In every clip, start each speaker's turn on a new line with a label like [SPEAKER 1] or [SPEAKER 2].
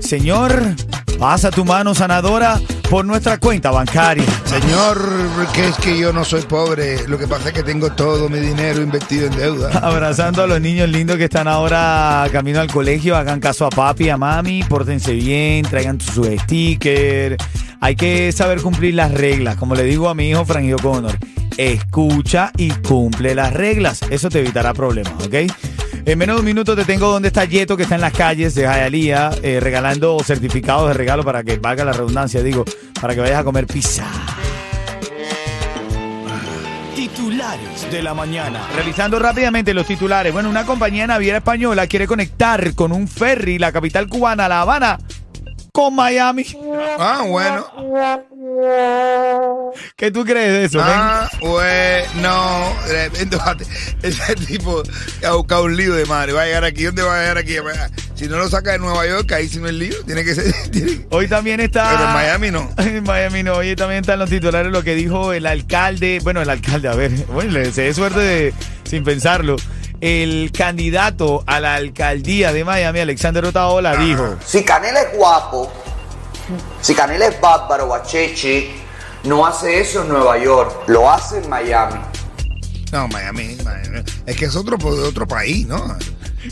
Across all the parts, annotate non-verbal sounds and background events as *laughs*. [SPEAKER 1] Señor, pasa tu mano sanadora por nuestra cuenta bancaria.
[SPEAKER 2] Señor, que es que yo no soy pobre. Lo que pasa es que tengo todo mi dinero invertido en deuda.
[SPEAKER 1] *laughs* Abrazando a los niños lindos que están ahora camino al colegio, hagan caso a papi, a mami, pórtense bien, traigan su sticker. Hay que saber cumplir las reglas, como le digo a mi hijo Frangio Connor. Escucha y cumple las reglas. Eso te evitará problemas, ¿ok? En menos de un minuto te tengo donde está Yeto, que está en las calles de Jayalía, eh, regalando certificados de regalo para que valga la redundancia, digo, para que vayas a comer pizza. Titulares de la mañana. Revisando rápidamente los titulares. Bueno, una compañía naviera española quiere conectar con un ferry la capital cubana, La Habana, con Miami.
[SPEAKER 2] Ah, bueno.
[SPEAKER 1] ¿Qué tú crees de eso? men?
[SPEAKER 2] Ah, bueno. Eh, entonces, Ese tipo ha buscado un lío de madre. Va a llegar aquí. ¿Dónde va a llegar aquí? Si no lo saca de Nueva York, ahí si no es lío. Tiene que ser. *laughs* tiene-
[SPEAKER 1] Hoy también está.
[SPEAKER 2] Pero en Miami no.
[SPEAKER 1] *laughs* En Miami no. Hoy también están los titulares lo que dijo el alcalde. Bueno, el alcalde, a ver. *laughs* Bueno, le deseé suerte de- sin pensarlo. El candidato a la alcaldía de Miami, Alexander Otaola, dijo.
[SPEAKER 3] Si Canela es guapo, si Canela es bárbaro, guachechi, no hace eso en Nueva York, lo hace en Miami.
[SPEAKER 2] No, Miami, Miami. Es que es otro, po- otro país, ¿no?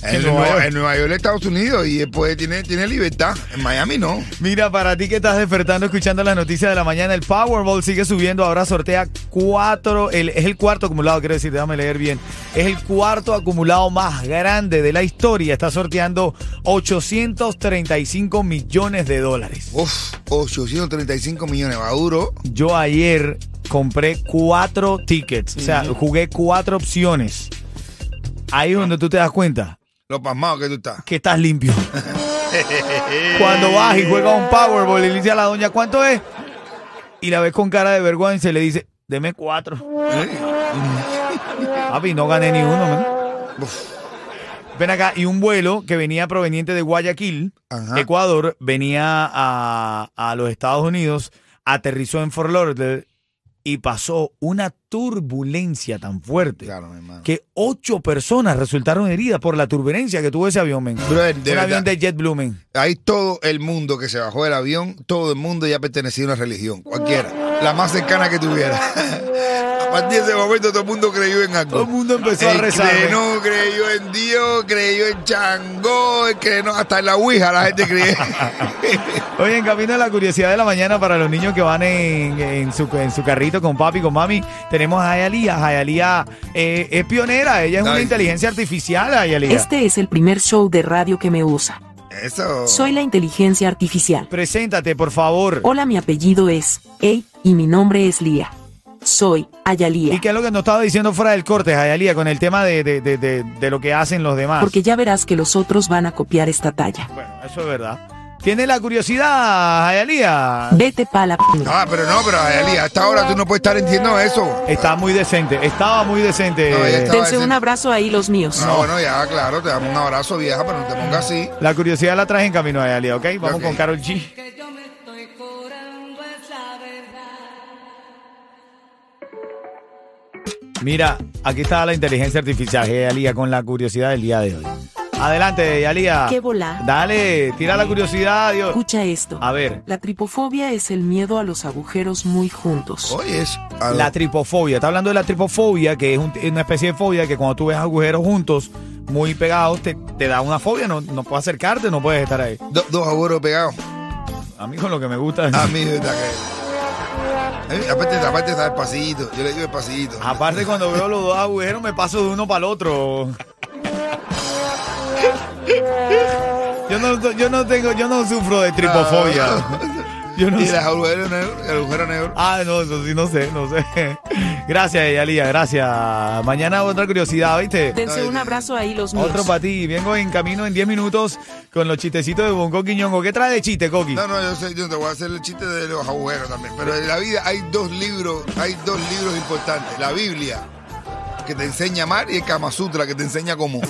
[SPEAKER 2] En
[SPEAKER 1] Nueva
[SPEAKER 2] Nueva,
[SPEAKER 1] York.
[SPEAKER 2] en Nueva York, Estados Unidos, y después tiene, tiene libertad. En Miami no.
[SPEAKER 1] Mira, para ti que estás despertando escuchando las noticias de la mañana, el Powerball sigue subiendo. Ahora sortea cuatro, el- es el cuarto acumulado, quiero decir, déjame leer bien. Es el cuarto acumulado más grande de la historia. Está sorteando 835 millones de dólares.
[SPEAKER 2] Uf, 835 millones, va duro.
[SPEAKER 1] Yo ayer compré cuatro tickets, o sea, jugué cuatro opciones. Ahí es donde tú te das cuenta
[SPEAKER 2] Lo pasmado que tú estás.
[SPEAKER 1] que estás limpio. Cuando vas y juegas un Powerball y le dices a la doña, ¿cuánto es? Y la ves con cara de vergüenza y le dice, deme cuatro. Papi, no gané ni uno, man.
[SPEAKER 2] Uf.
[SPEAKER 1] Ven acá, y un vuelo que venía proveniente de Guayaquil,
[SPEAKER 2] Ajá.
[SPEAKER 1] Ecuador, venía a, a los Estados Unidos, aterrizó en Fort Lauderdale y pasó una turbulencia tan fuerte
[SPEAKER 2] Claro, mi hermano.
[SPEAKER 1] que ocho personas resultaron heridas por la turbulencia que tuvo ese avión, men.
[SPEAKER 2] Brother,
[SPEAKER 1] Un
[SPEAKER 2] de
[SPEAKER 1] avión de
[SPEAKER 2] verdad.
[SPEAKER 1] JetBlue, men.
[SPEAKER 2] Ahí todo el mundo que se bajó del avión, todo el mundo ya pertenecía a una religión, cualquiera, la más cercana que tuviera. *laughs* A partir de ese momento todo el mundo creyó en algo.
[SPEAKER 1] Todo el mundo empezó a
[SPEAKER 2] El
[SPEAKER 1] rezar,
[SPEAKER 2] que
[SPEAKER 1] ¿eh?
[SPEAKER 2] no creyó en Dios, creyó en Changó, el que no, hasta en la Ouija la gente
[SPEAKER 1] *laughs*
[SPEAKER 2] creía.
[SPEAKER 1] Oye, en camino a la curiosidad de la mañana para los niños que van en, en su, en su carrito con papi, con mami, tenemos a Hayalía. Hayalía eh, es pionera, ella es una
[SPEAKER 2] Ay.
[SPEAKER 1] inteligencia artificial, Hayalía.
[SPEAKER 4] Este es el primer show de radio que me usa.
[SPEAKER 1] Oh.
[SPEAKER 2] Eso.
[SPEAKER 4] Soy la inteligencia artificial.
[SPEAKER 1] Preséntate, por favor.
[SPEAKER 4] Hola, mi apellido es Ey y mi nombre es Lía. Soy
[SPEAKER 1] ¿Y
[SPEAKER 4] Ayalía.
[SPEAKER 1] qué es lo que nos estaba diciendo fuera del corte, Hayalía, con el tema de, de- de- de- de lo que hacen los demás?
[SPEAKER 4] Porque ya verás que los otros van a copiar esta talla.
[SPEAKER 1] Bueno, eso es verdad. ¿Tiene la curiosidad, Hayalía?
[SPEAKER 4] Vete pa' la p.
[SPEAKER 2] Ah, pero no, pero Eli, hasta ahora tú no puedes estar entiendo eso.
[SPEAKER 1] Está muy decente, estaba muy decente.
[SPEAKER 2] No, ella estaba-
[SPEAKER 4] Dense un abrazo ahí los míos.
[SPEAKER 2] No, Ah, bueno, ya, claro, te damos un abrazo, vieja, pero no te pongas así.
[SPEAKER 1] La curiosidad la traje en camino, Hayalía, ¿ok? Vamos
[SPEAKER 2] Ok.
[SPEAKER 1] con Carol G.
[SPEAKER 5] que yo me estoy curando es la verdad.
[SPEAKER 1] Mira, aquí está la inteligencia artificial, Yalía, con la curiosidad del día de hoy. Adelante, Yalía.
[SPEAKER 4] ¿Qué volá?
[SPEAKER 1] Dale, tira la curiosidad, Dios.
[SPEAKER 4] Escucha esto.
[SPEAKER 1] A ver,
[SPEAKER 4] La tripofobia es el miedo a los agujeros muy juntos.
[SPEAKER 2] Oye, es.
[SPEAKER 1] la tripofobia. Está hablando de la tripofobia, que es un- una especie de fobia que cuando tú ves agujeros juntos, muy pegados, te, te da una fobia. No, no puedes acercarte, no puedes estar ahí.
[SPEAKER 2] do- dos abuelos pegados.
[SPEAKER 1] A mí con lo que me gusta.
[SPEAKER 2] A mí, ¿verdad que? A mí, aparte, aparte está el pasillito. Yo le digo el pasillito.
[SPEAKER 1] Aparte, cuando veo los dos agujeros, me paso de uno para el otro. Yo no, yo no tengo, yo no sufro de tripofobia. Yo no
[SPEAKER 2] Ah. Y
[SPEAKER 1] sé.
[SPEAKER 2] el agujero negro. El agujero negro.
[SPEAKER 1] Ah, no, eso sí, no sé, no sé. Gracias, Yalía, gracias. Mañana otra curiosidad, ¿viste?
[SPEAKER 4] Dense un abrazo ahí los míos.
[SPEAKER 1] eh, Otro para ti. Vengo en camino en 10 minutos con los chistecitos de Bonco Quiñongo. ¿Qué trae de chiste, Coqui?
[SPEAKER 2] No, no, yo, sé, yo te voy a hacer el chiste de los agujeros también. Pero en la vida hay dos libros, hay dos libros importantes. La Biblia que te enseña a amar y el Kama Sutra que te
[SPEAKER 1] *laughs*
[SPEAKER 2] enseña cómo.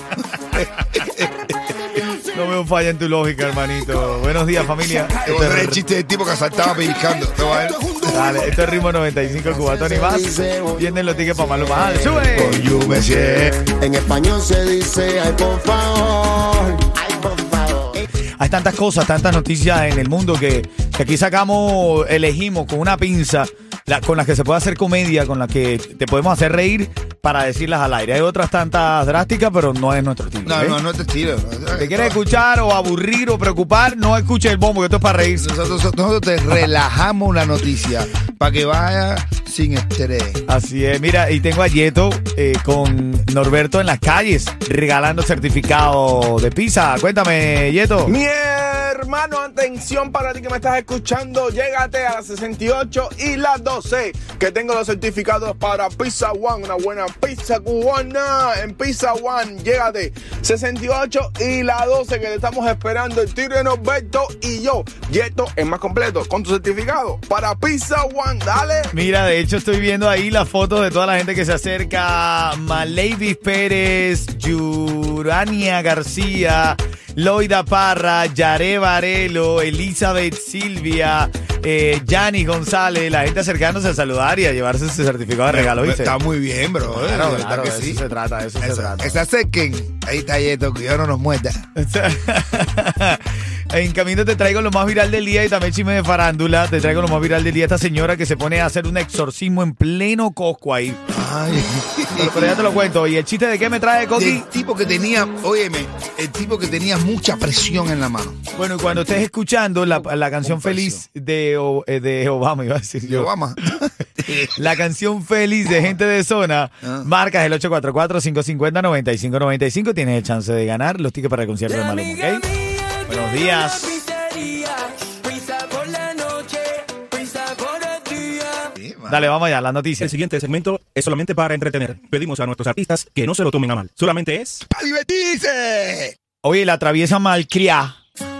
[SPEAKER 1] No veo falla en tu lógica, hermanito. Buenos días, familia.
[SPEAKER 2] Te voy a traer el
[SPEAKER 1] Esto es,
[SPEAKER 2] chiste del tipo que asaltaba pellizcando. Te voy a ver.
[SPEAKER 1] dale, Este esto es ritmo 95 cubatón y más. Vienen los tickets para Maluma. Dale, sube.
[SPEAKER 2] Yo me sé.
[SPEAKER 6] En español se dice, ay por favor, ay por favor.
[SPEAKER 1] Hay tantas cosas, tantas noticias en el mundo que, que aquí sacamos, elegimos con una pinza, la- con las que se puede hacer comedia, con las que te podemos hacer reír para decirlas al aire. Hay otras tantas drásticas, pero no es nuestro estilo.
[SPEAKER 2] No,
[SPEAKER 1] ¿ok?
[SPEAKER 2] no, no te estilo.
[SPEAKER 1] ¿Te quieres escuchar o aburrir o preocupar? No escuches el bombo, que esto es para reírse.
[SPEAKER 2] Nosotros, nosotros te relajamos la noticia para que vaya sin estrés.
[SPEAKER 1] Así es, mira, y tengo a Yeto eh, con Norberto en las calles regalando certificado de pizza. Cuéntame, Yeto.
[SPEAKER 7] Mi hermano, atención para ti que me estás escuchando. Llégate a las 68 y las 12. Que tengo los certificados para Pizza One, una buena pizza cubana en Pizza One. Llégate 68 y las 12 que te estamos esperando. El tiro de Norberto y yo. Y esto es más completo con tu certificado para Pizza One. Dale.
[SPEAKER 1] Mira, de hecho estoy viendo ahí las fotos de toda la gente que se acerca. Malevis Pérez, Yurania García, Loida Parra, Yare Varelo, Elizabeth Silvia, eh, Yanis González. La gente acercándose a saludar y a llevarse ese certificado de regalo, ¿viste?
[SPEAKER 2] Está muy bien, bro. eh,
[SPEAKER 1] Claro,
[SPEAKER 2] de verdad
[SPEAKER 1] claro,
[SPEAKER 2] que
[SPEAKER 1] de
[SPEAKER 2] sí.
[SPEAKER 1] eso se trata, de eso se
[SPEAKER 2] Eso-
[SPEAKER 1] trata.
[SPEAKER 2] que se acerquen. Ahí está Yeto, cuidado no nos muerda.
[SPEAKER 1] O sea, *laughs* en camino te traigo lo más viral del día y también chisme de farándula. Te traigo lo más viral del día. Esta señora que se pone a hacer un exorcismo en pleno Cosco ahí.
[SPEAKER 2] Ay.
[SPEAKER 1] Pero, pero ya te lo cuento. ¿Y el chiste de qué me trae *laughs* Coqui?
[SPEAKER 2] El tipo que tenía, óyeme, el tipo que tenía mucha presión en la mano.
[SPEAKER 1] Bueno, y cuando estés escuchando la, la canción feliz de, O- eh, de Obama, iba a decir yo. *laughs*
[SPEAKER 2] Obama.
[SPEAKER 1] La canción feliz de gente de zona.
[SPEAKER 2] Ah.
[SPEAKER 1] Marcas el 844-550-9595. Tienes el chance de ganar los tickets para el concierto de Maluma, ¿ok? Buenos días.
[SPEAKER 2] Sí, man.
[SPEAKER 1] Dale, vamos allá. Las noticias.
[SPEAKER 8] El siguiente segmento es solamente para entretener. Pedimos a nuestros artistas que no se lo tomen a mal. Solamente es...
[SPEAKER 2] ¡Pa' divertirse!
[SPEAKER 1] Oye, la atraviesa malcriá.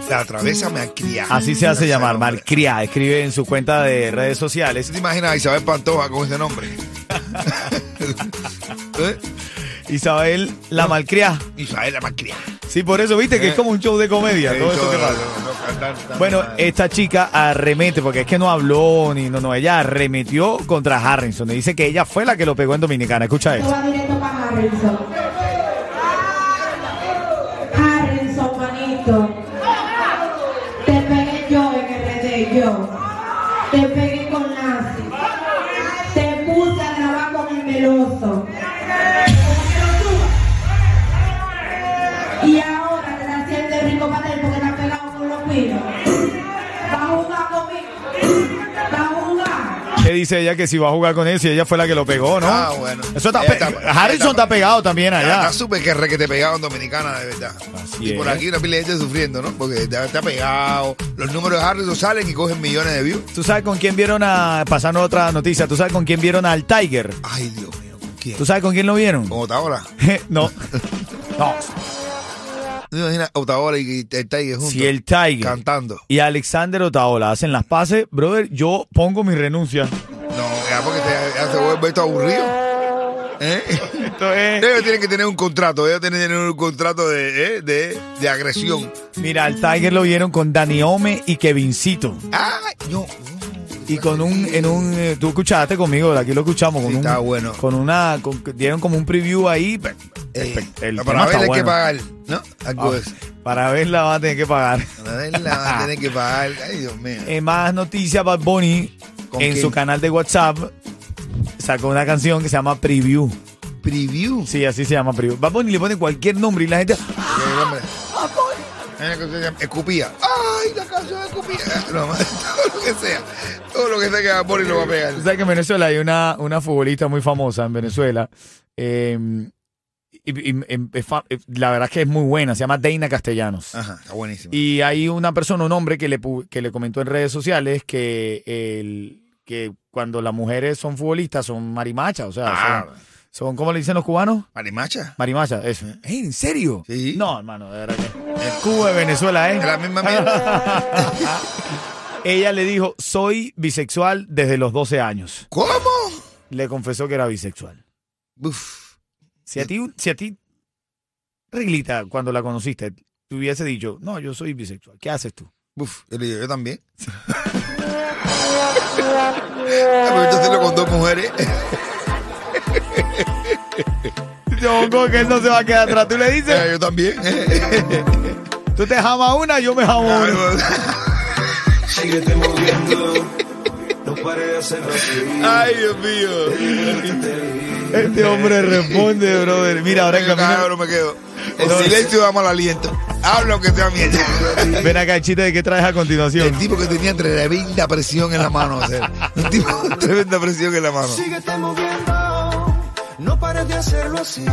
[SPEAKER 2] La travesa me ha criado.
[SPEAKER 1] Así se hace
[SPEAKER 2] Ese
[SPEAKER 1] llamar,
[SPEAKER 2] nombre.
[SPEAKER 1] malcriá. Escribe en su cuenta de redes sociales.
[SPEAKER 2] ¿Te imaginas a Isabel Pantoja con ese nombre?
[SPEAKER 1] *laughs*
[SPEAKER 2] *laughs* ¿Eh?
[SPEAKER 1] Isabel, la malcriá.
[SPEAKER 2] Isabel la malcriada.
[SPEAKER 1] Sí, por eso, viste, que es como Eh. un show de comedia. Todo eso que pasa. Bueno, esta chica arremete, porque es que no habló ni no, no, ella arremetió contra Harrison. Y dice que ella fue la que lo pegó en Dominicana. Escucha esto.
[SPEAKER 9] Va directo para Harrison. Harrison, manito. Te pegué yo en RD, yo. Te pegué con Nancy. Te puse a grabar con el meloso. Y ahora te la sientes rico para él porque te has pegado con los pinos. Va a jugar conmigo. Va a jugar.
[SPEAKER 1] ¿Qué dice ella que si va a jugar con él, si ella fue la que lo pegó, no?
[SPEAKER 2] Ah, bueno.
[SPEAKER 1] Eso está
[SPEAKER 2] Ella
[SPEAKER 1] pe-
[SPEAKER 2] está-
[SPEAKER 1] Harrison
[SPEAKER 2] ella está-
[SPEAKER 1] está pegado también allá.
[SPEAKER 2] Está súper que re que te pegaban dominicana, de verdad.
[SPEAKER 1] Así
[SPEAKER 2] y por
[SPEAKER 1] es.
[SPEAKER 2] aquí una pila de gente sufriendo, ¿no? Porque está, está pegado. Los números de Harrison salen y cogen millones de views.
[SPEAKER 1] ¿Tú sabes con quién vieron a... Pasando a otra noticia. ¿Tú sabes con quién vieron al Tiger?
[SPEAKER 2] Ay, Dios mío, ¿con quién?
[SPEAKER 1] ¿Tú sabes con quién lo vieron?
[SPEAKER 2] Con Otaola.
[SPEAKER 1] *laughs* no. No.
[SPEAKER 2] ¿Te imaginas Otaola y el Tiger juntos?
[SPEAKER 1] Si el Tiger
[SPEAKER 2] Cantando.
[SPEAKER 1] y Alexander Otaola hacen las pases, brother, yo pongo mi renuncia.
[SPEAKER 2] No, ya porque te, ya se vuelve esto aburrido. ¿Eh?
[SPEAKER 1] Esto es-
[SPEAKER 2] Ellos tienen que tener un contrato, ellos tienen que tener un contrato de, eh, de, de agresión.
[SPEAKER 1] Mira, al Tiger lo vieron con Dani Ome y Kevincito.
[SPEAKER 2] Ah, yo.
[SPEAKER 1] Y con un, en un, eh, tú escuchaste conmigo, aquí lo escuchamos. Con
[SPEAKER 2] Sí,
[SPEAKER 1] un,
[SPEAKER 2] está bueno.
[SPEAKER 1] Con una, con- dieron como un preview ahí. pe-
[SPEAKER 2] Eh,
[SPEAKER 1] pe- el tema
[SPEAKER 2] para
[SPEAKER 1] está
[SPEAKER 2] verle hay que
[SPEAKER 1] bueno.
[SPEAKER 2] pagar, ¿no? Algo de
[SPEAKER 1] Ah,
[SPEAKER 2] eso.
[SPEAKER 1] para verla va a tener que pagar.
[SPEAKER 2] Para verla van a tener que pagar. Ay, Dios mío.
[SPEAKER 1] Eh, más noticias, Bad Bunny en
[SPEAKER 2] ¿Con quién?
[SPEAKER 1] su canal de WhatsApp sacó una canción que se llama Preview.
[SPEAKER 2] Preview.
[SPEAKER 1] Sí, así se llama Preview. Bad Bunny le pone cualquier nombre y la gente...
[SPEAKER 2] Eh, hombre.
[SPEAKER 1] Ah,
[SPEAKER 2] Hay una cosa que se llama Escupía. Ay, la canción de Escupía. *laughs* No, más, todo lo que sea. Todo lo que sea que va por y lo va a pegar.
[SPEAKER 1] Tú sabes que en Venezuela hay una, una futbolista muy famosa en Venezuela. eh, y- y- em- es fa- eh, la verdad es que es muy buena, se llama Deina Castellanos.
[SPEAKER 2] Ajá, está buenísimo.
[SPEAKER 1] Y hay una persona, un hombre, que le, pu- que le comentó en redes sociales que, el, que cuando las mujeres son futbolistas son marimachas, o sea,
[SPEAKER 2] Ah,
[SPEAKER 1] son, son, ¿cómo le dicen los cubanos?
[SPEAKER 2] Marimacha.
[SPEAKER 1] Marimacha, eso. Ey, ¿En serio?
[SPEAKER 2] Sí.
[SPEAKER 1] No, hermano, de verdad que. El Cuba de Venezuela, ¿eh?
[SPEAKER 2] Es la misma mierda.
[SPEAKER 1] *laughs* Ella le dijo, soy bisexual desde los 12 años.
[SPEAKER 2] ¿Cómo?
[SPEAKER 1] Le confesó que era bisexual.
[SPEAKER 2] Uf.
[SPEAKER 1] Si a ti, un- si a ti, Reglita, cuando la conociste, te hubiese dicho, no, yo soy bisexual, ¿qué haces tú?
[SPEAKER 2] Uf, yo le digo, yo también. *laughs* Ah, pero esto hacerlo con dos mujeres. *laughs*
[SPEAKER 1] Yo que él no se va a quedar atrás. Tú le
[SPEAKER 2] Eh,
[SPEAKER 1] dices,
[SPEAKER 2] yo también.
[SPEAKER 1] tú te jamas una, yo me jamo una.
[SPEAKER 2] *laughs*
[SPEAKER 10] Síguete moviendo, no pares de hacerlo así.
[SPEAKER 2] Ay, Dios mío.
[SPEAKER 1] Este hombre responde, brother. Mira, ahora en
[SPEAKER 2] Yo cada
[SPEAKER 1] camino.
[SPEAKER 2] hora me quedo. El
[SPEAKER 1] Entonces-
[SPEAKER 2] silencio da mal aliento. Habla aunque sea mierda.
[SPEAKER 1] Ven acá, chiste, ¿de qué traes a continuación?
[SPEAKER 2] El tipo que tenía tremenda presión en la mano. O sea, un tipo con tremenda presión en la mano.
[SPEAKER 10] Síguete moviendo, no pares de hacerlo así.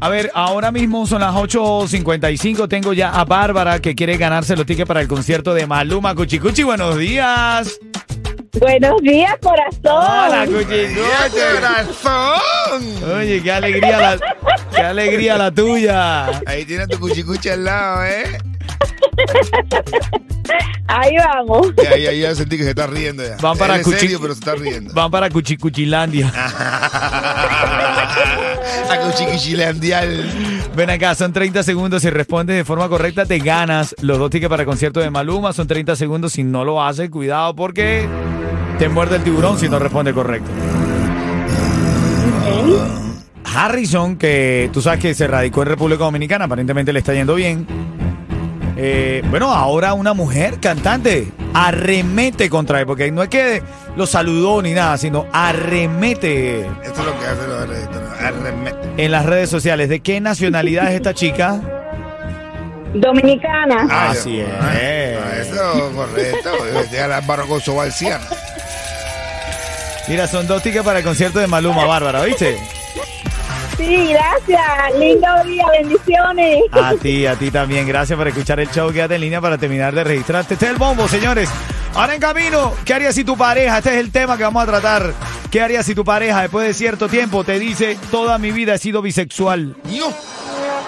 [SPEAKER 1] A ver, ahora mismo son las 8.55. Tengo ya a Bárbara que quiere ganarse los tickets para el concierto de Maluma Cuchicuchi. Buenos días.
[SPEAKER 11] Buenos días, corazón.
[SPEAKER 1] Hola,
[SPEAKER 2] ¡Ay, qué
[SPEAKER 1] Cuchicuchi.
[SPEAKER 2] corazón!
[SPEAKER 1] Oye, qué alegría la, qué alegría la tuya.
[SPEAKER 2] Ahí tiene tu cuchicucha al lado, ¿eh?
[SPEAKER 11] Ahí vamos.
[SPEAKER 2] Ya, ya, ya sentí que se está riendo ya.
[SPEAKER 1] Van para
[SPEAKER 2] Él es
[SPEAKER 1] cuchi-
[SPEAKER 2] serio, pero se está riendo.
[SPEAKER 1] Van para Cuchicuchilandia.
[SPEAKER 2] *laughs* a cuchiquichilandial.
[SPEAKER 1] Ven acá, son 30 segundos. Si respondes de forma correcta, te ganas los dos tickets para el concierto de Maluma. Son 30 segundos. Si no lo haces, cuidado porque te muerde el tiburón si no responde correcto. Harrison, que tú sabes que se radicó en República Dominicana, aparentemente le está yendo bien. Eh, bueno, ahora una mujer cantante arremete contra él, porque no es que lo saludó ni nada, sino arremete
[SPEAKER 2] Esto es lo que hace los arreglos. Arremete.
[SPEAKER 1] en las redes sociales. ¿De qué nacionalidad es esta chica?
[SPEAKER 11] Dominicana.
[SPEAKER 2] Ay,
[SPEAKER 1] Así
[SPEAKER 2] Dios,
[SPEAKER 1] es.
[SPEAKER 2] ay, no, Eso es correcto. Llega el Álvaro Gozo Balciana.
[SPEAKER 1] Mira, son dos tickets para el concierto de Maluma, Bárbara, ¿viste?
[SPEAKER 11] Sí, gracias. Lindo día, bendiciones.
[SPEAKER 1] A ti, a ti también. Gracias por escuchar el show. Quédate en línea para terminar de registrarte. Este es el bombo, señores. Ahora en camino, ¿qué harías si tu pareja? Este es el tema que vamos a tratar. ¿Qué harías si tu pareja después de cierto tiempo te dice, toda mi vida he sido bisexual?
[SPEAKER 2] Dios.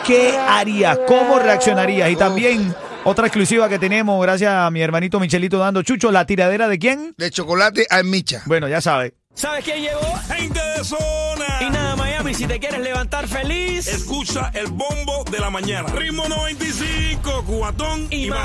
[SPEAKER 1] ¿Qué harías? ¿Cómo reaccionarías? Y también otra exclusiva que tenemos, gracias a mi hermanito Michelito dando chucho, la tiradera de quién?
[SPEAKER 2] De chocolate al micha.
[SPEAKER 1] Bueno, ya sabes.
[SPEAKER 10] ¿Sabes quién llegó? Gente de zona. Y nada, Miami, si te quieres levantar feliz. Escucha el bombo de la mañana. Ritmo 95, cuatón y, más.